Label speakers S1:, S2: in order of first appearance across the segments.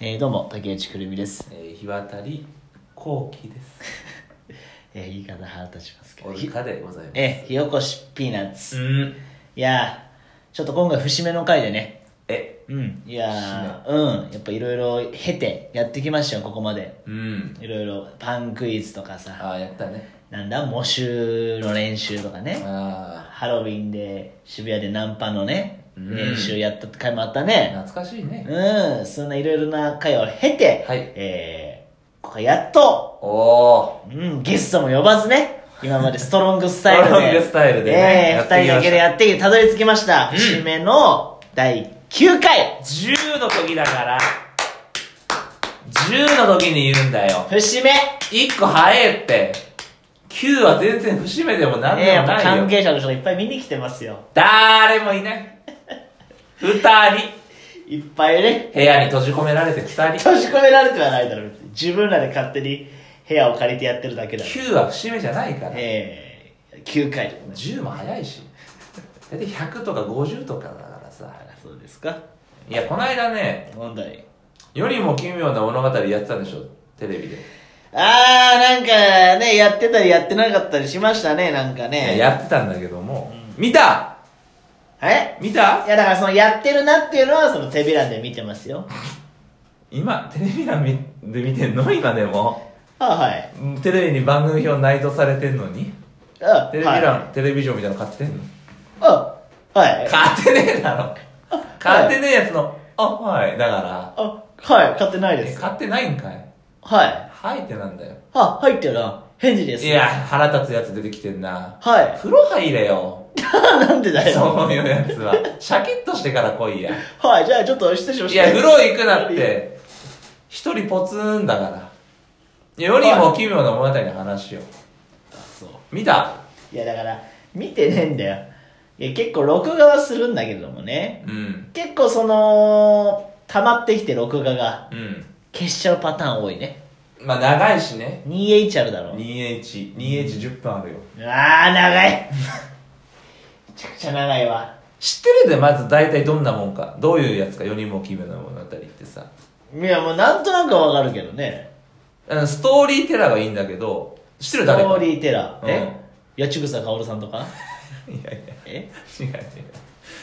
S1: えーどうも竹内くるみです、
S2: えー日渡り後期です。
S1: えー言い方腹立ちますけど
S2: 愚かでございます。
S1: えー、火起こしピーナッツ、
S2: うん。
S1: いやーちょっと今回節目の回でね
S2: え、
S1: うんいやーうんやっぱいろいろ経てやってきましたよここまで
S2: うん。
S1: いろいろパンクイズとかさ
S2: ああ、やったね。
S1: なんだ模習の練習とかね
S2: あ
S1: ハロウィンで渋谷でナンパのね
S2: うん
S1: 練習やった回もあった
S2: あ、
S1: ね
S2: 懐かしいね。
S1: うんそんないろいろな回を経て、
S2: はい
S1: えーここやっと
S2: おお
S1: うん、ゲストも呼ばずね。今までストロングスタイルで。
S2: ストロングスタイルでね
S1: ええ
S2: やって
S1: 二
S2: きました
S1: 人だけでやって、たどり着きました。
S2: うん
S1: 節目の第9回。
S2: !10 の時だから、10の時に言うんだよ。
S1: 節目。
S2: 1個早えって。9は全然節目でもなん
S1: ええ
S2: で
S1: や
S2: も
S1: っぱ
S2: ないよ。
S1: 関係者の人がいっぱい見に来てますよ。
S2: 誰もいない。二人。
S1: いっぱいね。
S2: 部屋に閉じ込められて二人。
S1: 閉じ込められてはないだろう。自分らで勝手に部屋を借りてやってるだけだ。
S2: 9は節目じゃないから。
S1: ええ9回でございます。
S2: 10も早いし大体100とか50とかだからさ
S1: あらそうですか。
S2: いやこの間ね
S1: 問題。
S2: 「よりも奇妙な物語」やってたんでしょテレビで、
S1: あー、なんかね、やってたりやってなかったりしましたね、なんかね。
S2: いややってたんだけども、見た
S1: え
S2: 見た
S1: いやだからそのやってるなっていうのはその手びらで見てますよ。
S2: 今テレビ欄見で見てんの今でも
S1: あはい。
S2: うんテレビに番組表内蔵されてんのに
S1: あ
S2: テレビ
S1: はい
S2: 欄、テレビジョンみたいなの買ってんの
S1: あはい。
S2: 買ってねえだろ買ってねえやつの「あはい」だから
S1: あはい、買ってないで
S2: え
S1: す。
S2: 買ってないんかい
S1: はい。
S2: はいってなんだよ
S1: あ、入ってるな。返事です。
S2: いや。腹立つやつ出てきてんな
S1: はい。
S2: 風呂入れよ
S1: なんでだよ。
S2: そういうやつは。シャキッとしてから来いや。
S1: はい、じゃあちょっと失礼しま
S2: い
S1: した。
S2: や、風呂行くなって、一人ポツンだから。いやよりも奇妙な物語の話を。
S1: あ。そう。
S2: 見た
S1: いやだから、見てねえんだよ。いや、結構録画はするんだけどもね。
S2: うん。
S1: 結構その、溜まってきて録画が
S2: うん。
S1: 消しちゃうパターン多いね。
S2: まあ、長いしね。
S1: 2H あるだろう。
S2: 2H。2H10 分あるよ。
S1: ああ長いめちゃくちゃ長いわ
S2: 知ってるで、まず大体どんなもんか。どういうやつか、よりも奇妙な物語ってさ。
S1: いやもうなんとなくわかるけどね
S2: あの、ストーリーテラーがいいんだけど、知ってる
S1: スト
S2: 誰か
S1: ーリーテラー
S2: うん
S1: え八千草薫さんとか
S2: い やいや、
S1: え
S2: 違う違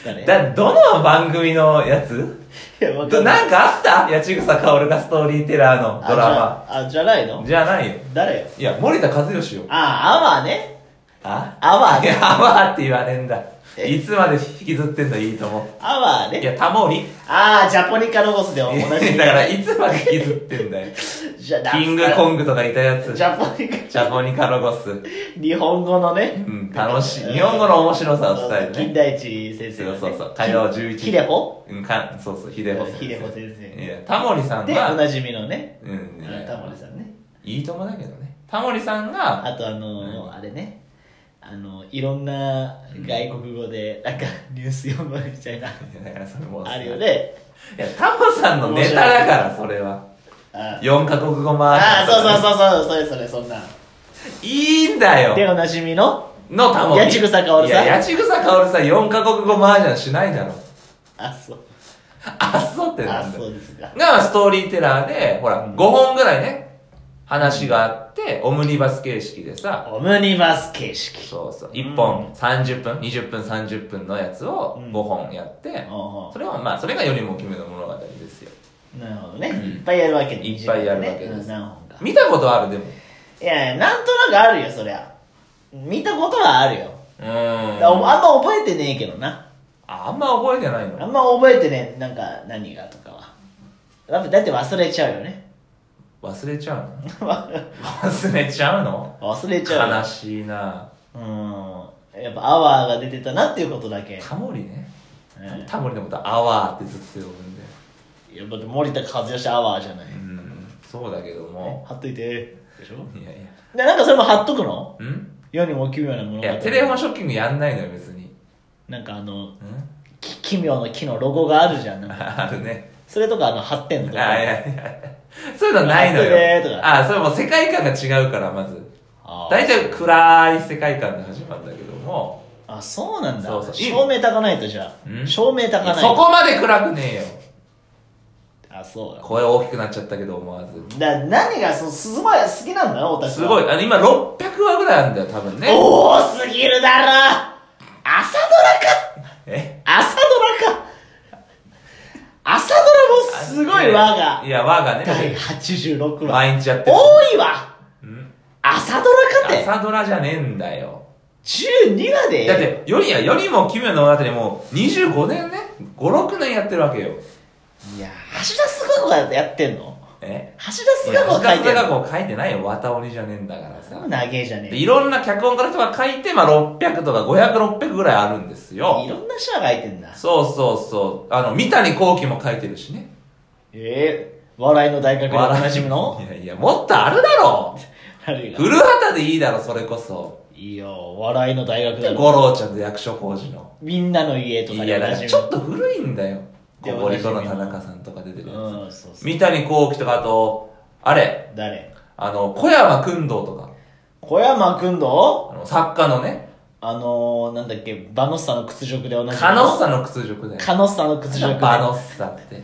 S1: 誰
S2: う。だ、どの番組のやつ
S1: いやわか
S2: ど
S1: んない
S2: なんかあった八千草薫がストーリーテラーのドラ
S1: あじゃあじゃない
S2: マ
S1: の
S2: じゃないよ
S1: 誰よ
S2: いや森田和義よ
S1: ああアワーね
S2: あ
S1: アワー
S2: いや
S1: ね
S2: アワーって言われんだ
S1: え
S2: いつまで引きずってんだいいとも
S1: アワー
S2: い
S1: ね
S2: やタモリ
S1: ああジャポニカロゴスで同
S2: いや だ
S1: じ
S2: からいつまで引きずってんだよ
S1: じゃ
S2: キングコ
S1: ン
S2: ングとかいたやつ
S1: ジャポニカ
S2: ジャポニカロゴス
S1: 日本語の
S2: う
S1: ね
S2: ん楽しい日本語の面白さを伝える
S1: 金
S2: ね
S1: 田一先生
S2: そ
S1: の
S2: う
S1: ね
S2: そうそう火曜11時
S1: ヒデホ
S2: うんかそうそうヒデホ先生
S1: ヒデホ先生
S2: いやタモリさん
S1: でお
S2: は
S1: なじみのね
S2: うんいや
S1: タモリさんね
S2: いいともだけどねタモリさんが
S1: あとあのーあれねあのいろんな外国語でなんかニュース読むみたいな、
S2: いやだからそれもうさ
S1: あるよね
S2: いやタモさんのネタだからそれは
S1: あ
S2: 4カ国語回
S1: あそうそう
S2: う
S1: そうそうそれそれそんなん
S2: そういいんだよ
S1: でおなじみの
S2: のタモリ
S1: 八千草薫さん
S2: いや八千草薫さん4カ国語マージャンしないだろ
S1: あそう
S2: あっそうってな
S1: あ
S2: んだ
S1: そうですか
S2: がストーリーテラーでほら、
S1: うん
S2: 5本ぐらいね話があってオムニバス形式でさ
S1: オムニバス形式
S2: そうそう1
S1: う
S2: 本30分20分30分のやつを
S1: うん
S2: 5本やって、
S1: おうお
S2: それはまあそれがよりも奇妙な物語ですよ
S1: うなるほどね、
S2: うん
S1: いっぱいやるわけね
S2: いっぱいやるわけです
S1: うん何本か
S2: 見たことあるでも
S1: いやいやなんとなくあるよそりゃ見たことはあるよ、
S2: う
S1: だ
S2: ーん
S1: からあんま覚えてねえけどな
S2: ああんま覚えてない
S1: あ
S2: の
S1: んま覚えてねえなんか何がとかはだってだって忘れちゃうよね
S2: 忘れちゃうの忘れちゃうの
S1: 忘れちゃうよ
S2: 悲しいな
S1: うんやっぱアワーが出てたなっていうことだけ、
S2: タモリね
S1: うん
S2: タモリのことアワーってずっと呼ぶんで
S1: やっぱ森田和義アワーじゃない、
S2: うんそうだけども
S1: 貼っといてでしょ
S2: いやい
S1: でなんかそれも貼っとくの世
S2: やん
S1: にも奇妙なもの
S2: いやテレフォンショッキングやんないのよ別にん
S1: なんかあのき奇妙の木のロゴ があるじゃんなんか
S2: あるね
S1: それとかあの貼ってんの
S2: あ
S1: と
S2: い
S1: か
S2: やいやそういうのないの
S1: あってね
S2: よ
S1: とか
S2: あそれもう世界観が違うからまず
S1: あー
S2: 大体暗い世界観で始まるんだけども
S1: あそうなんだ
S2: そうそう
S1: 照明たかないとじゃ
S2: う
S1: あ
S2: ん
S1: 照明た
S2: い
S1: か
S2: や
S1: ない
S2: そこまで暗くねえよ
S1: あそうだ
S2: 声大きくなっちゃったけど思わず
S1: だ何がその鈴間が好きなんだよ私は
S2: すごいあの今600話ぐらいあるんだよ多分ね
S1: 多すぎるだろ朝ドラか
S2: え
S1: 朝ドラか朝ドラもすごい輪が
S2: いや輪が
S1: 第
S2: ね
S1: 86話
S2: 毎日やってる
S1: 多いわ
S2: うん
S1: 朝ドラかって
S2: 朝ドラじゃねえんだよ
S1: 12話で
S2: だってよりやよりも奇妙な物語もう25年ね56年やってるわけよ
S1: いや橋田壽賀子がやってんの
S2: え
S1: 橋田壽賀子が書いてんの
S2: を書いてないよ綿鬼じゃねえんだからさ
S1: 長えじゃね
S2: で
S1: え
S2: いろんな脚本家の人が書いて、まあ、600とか500600ぐらいあるんです
S1: い
S2: よ
S1: ろんな人が書いてんだ
S2: そうそうそうあの三谷幸喜も書いてるしね
S1: ええ笑いの大学でおなじみの
S2: いやいやもっとあるだろ
S1: あるよ
S2: 古畑でいいだろそれこそ
S1: いいよ笑いの大学だろ
S2: 五郎ちゃんと役所広司の
S1: みんなの家と
S2: い
S1: か
S2: や
S1: でお
S2: だ
S1: な
S2: か
S1: じ
S2: ら
S1: み
S2: ちょっと古いんだよ
S1: で
S2: ココリコの田中さんとか出てるやつ
S1: うんそうそう
S2: 三谷幸喜とかあとあれ
S1: 誰
S2: あの小山君堂とか
S1: 小山君の
S2: あの作家のね
S1: あのー、なんだっけバノッサの屈辱でおなじみ
S2: カノッサの屈辱だよ
S1: カノッサの屈辱で
S2: バノッサって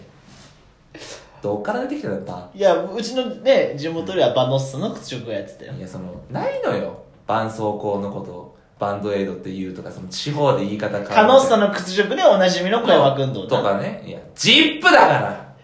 S2: どっから出てきたんだよ
S1: いやうちのね地元ではバノッサの屈辱をやってたよ
S2: バいやそのないのよ絆創膏のことをバンドエイドって言うとかその地方で言い方変わる
S1: カノッサの屈辱でおなじみの小山君の
S2: とかねいやジップだから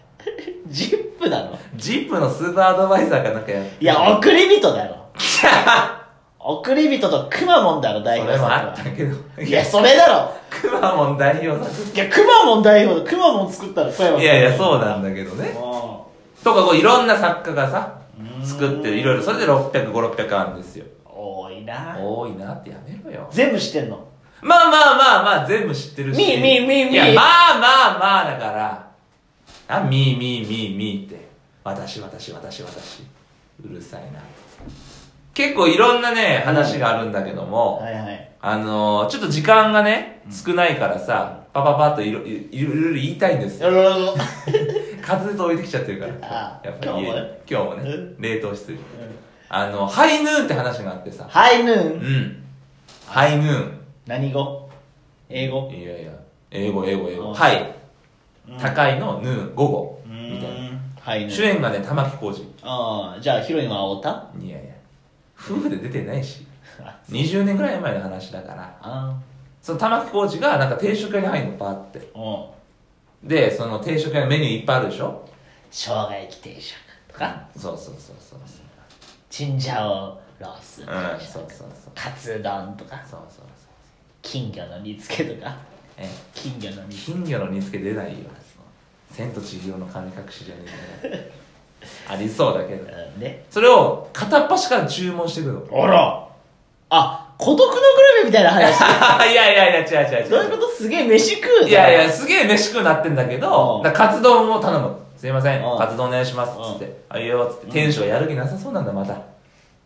S1: ジップなの
S2: ジップのスーパーアドバイザーかなんかやって
S1: いや送り人だ ろ
S2: キャ
S1: 送り人とくまモンだろ
S2: ー
S1: 代
S2: そ
S1: 表
S2: れ
S1: 作
S2: もあっ
S1: は
S2: たけど
S1: いやそれだろ
S2: くまモン代表作
S1: いやくまモン代表くまモン作ったら小山
S2: いやいやそうなんだけどね
S1: も
S2: とかこういろんな作家がさ
S1: うん
S2: 作っていろいろそれで600600あるんですよ
S1: う多いな
S2: 多いなってやめろよ
S1: 全部知ってんの
S2: まあまあまあまあ全部知ってるし
S1: みみみみ
S2: いやまあまあまあだからあみみみみって私私私私うるさいな結構いろんなね話があるんだけども、
S1: はいはい
S2: あのー、ちょっと時間がね少ないからさ、パパパッといろいいろいろ言いたいんですよ
S1: よろろろ
S2: 滑舌置いてきちゃってるから
S1: ああ
S2: やっぱり家に今日もね冷凍室に
S1: うん
S2: あのハイヌーンって話があってさ
S1: ハイヌ
S2: う
S1: ーン
S2: んハイヌーン
S1: 何語英語
S2: いやいや英語英語英語
S1: あ
S2: はい
S1: うん
S2: 高いのヌーン午後
S1: う
S2: みたいな
S1: ーんハイヌ
S2: 主
S1: ーン
S2: 演がね玉置浩二
S1: ああじゃあヒロインは青田
S2: いやいや夫婦で出てないし
S1: あ
S2: 20年ぐらい前の話だから
S1: あ
S2: その玉置浩二がなんか定食屋に入るのパーって
S1: うん
S2: でその定食屋のメニューいっぱいあるでしょ
S1: 生姜焼き定食とか
S2: そうそうそうそうそう
S1: チンジャオロース定
S2: うん
S1: 食
S2: そうそうそう
S1: カツ丼とか
S2: そうそうそう
S1: 金魚の煮付けとか
S2: ええ
S1: 金魚の煮付け
S2: 金魚の煮付け出ないよ「千と千尋の神隠し」じゃねえんだよありそうだけど
S1: うんで
S2: それを片っ端から注文してくるの
S1: あらあ孤独のグルメみたいな話
S2: いやいやいや違う違う違う
S1: どういうことすげえ飯食う
S2: いやいや
S1: や
S2: すげえ飯食うなってんだけど
S1: うん
S2: だからカツ丼を頼むすいません
S1: うん
S2: カツ丼お願いしますっつってあいいよっつって店主がやる気なさそうなんだまた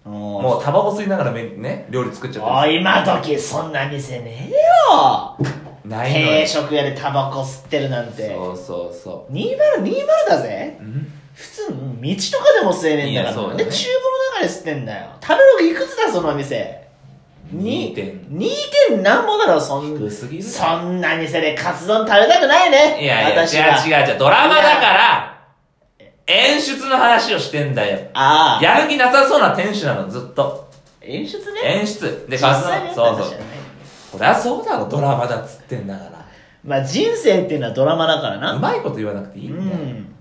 S1: も
S2: もうタバコ吸いながらめね料理作っち
S1: う
S2: ゃ
S1: お
S2: ってる
S1: い今時そんな店ねえよ
S2: ないの
S1: 定
S2: よ
S1: 食屋でタバコ吸ってるなんて
S2: そうそうそ
S1: 2020だぜ
S2: ううん
S1: 普通道とかでも吸えねえんだから
S2: いやそうだね
S1: で厨房の中で吸ってんだよ食べログいくつだその店
S2: 2点
S1: 2点何もだろそん
S2: 低すぎる
S1: そんな店でカツ丼食べたくないね
S2: いやいや
S1: 私は
S2: 違う違う違うドラマだから演出の話をしてんだよ
S1: ああ
S2: やる気なさそうな店主なのずっと
S1: 演出ね
S2: 演出で
S1: 実
S2: カツ
S1: 際にや
S2: 丼
S1: った話
S2: そうそ
S1: じゃな
S2: う
S1: い
S2: そりゃそうだろドラマだっつってんだか
S1: まあ人生っていうのはドラマだから
S2: らう
S1: な
S2: まいこと言わなくていい
S1: うん
S2: だよ
S1: ん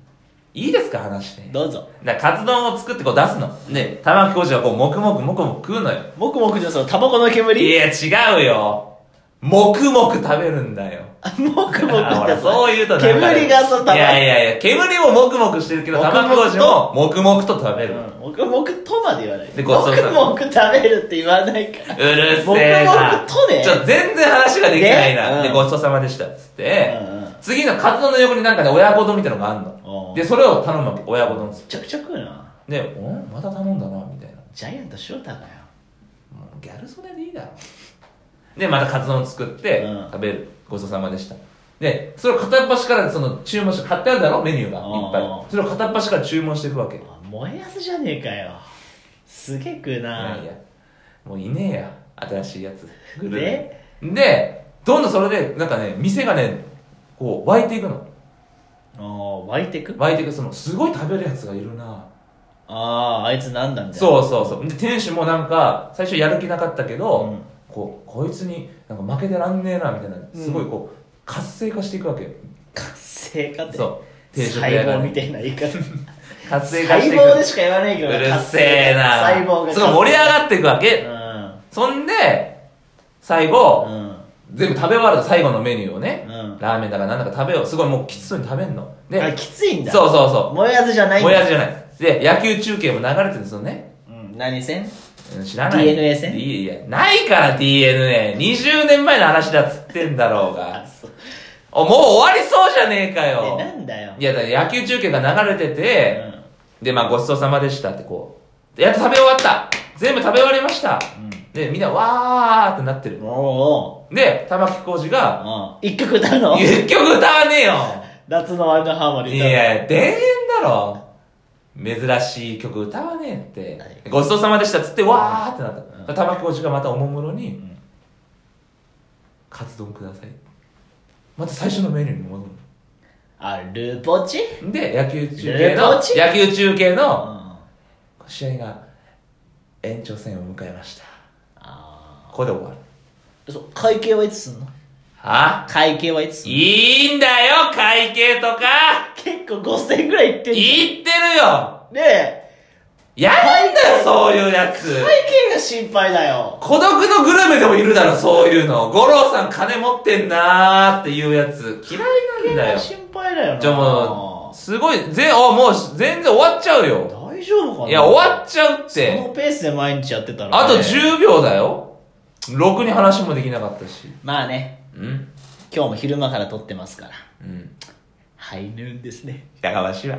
S2: いいですか話して
S1: どうぞ
S2: だからカツ丼を作ってこう出すので玉置浩二はこう黙々黙々食うのよ
S1: もくもくじゃそのタバコの
S2: い
S1: 煙
S2: や違うよ黙々食べるんだよ
S1: もくもく
S2: あほ
S1: じゃ
S2: らそういうとなんか
S1: 煙がそのタバコ
S2: いやいやいや煙も黙々してるけど
S1: 黙
S2: 玉
S1: 々
S2: 置
S1: と
S2: 浩二も黙々と食べる、
S1: うんもくもくとまで言わない
S2: でこうそうそう
S1: もくもく食べるって言わないから
S2: うるせえな。
S1: 黙々とね
S2: ちょ、全然話ができないな。
S1: ねうん
S2: で、ごちそうさまでした。つって、
S1: うんうん
S2: 次のカツ丼の横になんかね、親子丼みたいなのがあん
S1: お
S2: の。
S1: う
S2: で、それを頼むわけ、親子丼っつっ
S1: ちゃくちゃ食うな
S2: て。で、おまた頼んだな、みたいな。
S1: ジャイアント翔太かよ
S2: もうギャル曽根でいいだろ。で、またカツ丼作って
S1: うん、
S2: 食べる。ごちそうさまでした。で、それを片っ端から、その、注文して、買ってあるだろ、メニューが。いっぱ
S1: うん
S2: い。それを片っ端から注文していくわけ。い
S1: あ燃えやすじゃねえかよすげえ食うな
S2: やいや、もういねえや、新しいやつ。グルメ
S1: で
S2: で、どんどんそれで、なんかね、店がね、こう、湧いていくの。
S1: ああ湧いてく
S2: 湧いてくるそのすごい食べるやつがいるな
S1: あああいつなんだみたいな
S2: そうそうそうで店主もなんか最初やる気なかったけど、
S1: うん
S2: こうこいつになんか負けてらんねえなみたいな
S1: うん
S2: すごいこう活性化していくわけ、
S1: 活性化って
S2: そう定食
S1: 細
S2: 屋が
S1: 胞
S2: ね
S1: みたいな言い方
S2: 活性化
S1: 細
S2: していく
S1: 胞でしか言わないけど
S2: うるせえな
S1: 細胞が
S2: すごい盛り上がっていくわけ、
S1: うん
S2: そんで最後、
S1: うん
S2: 全部食べ終わると最後のメニューをね、
S1: うん
S2: ラーメンだかなんだか食べようすごいもうきつそうに食べんので
S1: あきついんだ
S2: そうそうそ
S1: 燃えやずじゃな
S2: う
S1: いんだ
S2: もやつじゃないで野球中継も流れてるんですよね
S1: うん何線
S2: うん知らない
S1: DNA 戦
S2: D- いやないから DNA20 年前の話だっつってんだろう
S1: あ
S2: が
S1: そう
S2: おもう終わりそうじゃねえかよ
S1: えなんだよ
S2: いやだから野球中継が流れて
S1: う
S2: て、
S1: ん
S2: でまあごちそうさまでしたってこうやっと食べ終わった全部食べ終わりましたでみんなわーってなって
S1: う
S2: る
S1: んおうおう
S2: で玉置浩 二が
S1: うん一曲歌うの
S2: 結局歌わねえよ
S1: 夏のワンダーハーモニー
S2: い
S1: 歌うの
S2: や田園だろ珍しい曲歌わねえ
S1: は
S2: って
S1: い
S2: ごちそうさまでしたっつってわーってなっ
S1: う
S2: た、
S1: ん
S2: 玉置浩二がまたおもむろに、
S1: うん
S2: カツ丼くださいまた最初のメニューに戻
S1: あルポチ
S2: るで野球中継の
S1: レポチ
S2: 野球中継
S1: う
S2: の
S1: ん
S2: 試合が延長戦を迎えました
S1: あ
S2: ここで終わる
S1: ーそう会計はいつすんの
S2: はあ
S1: 会計はいつすんの
S2: いいんだよ会計とか
S1: 結構5000円ぐらいいってん
S2: 言っ
S1: じゃん
S2: てるよ
S1: ねえ
S2: やるんだよそういうやつ
S1: 会計が心配だよ
S2: 孤独のグルメでもいるだろそういうの五郎さん金持ってんなーっていうやつ嫌いなん
S1: 会計
S2: だよ
S1: が心配だよな
S2: じゃあもうすごいぜあもう全然終わっちゃうよ
S1: 大丈夫かない
S2: いや、終わっちゃうっ
S1: こ
S2: て。
S1: のペースで毎日やってたら、
S2: あと10秒だよ。ろくに話もできなかったし。
S1: まあね
S2: うん
S1: 今日も昼間から撮ってますから
S2: うん。
S1: ハイヌーンですね
S2: だからわしは、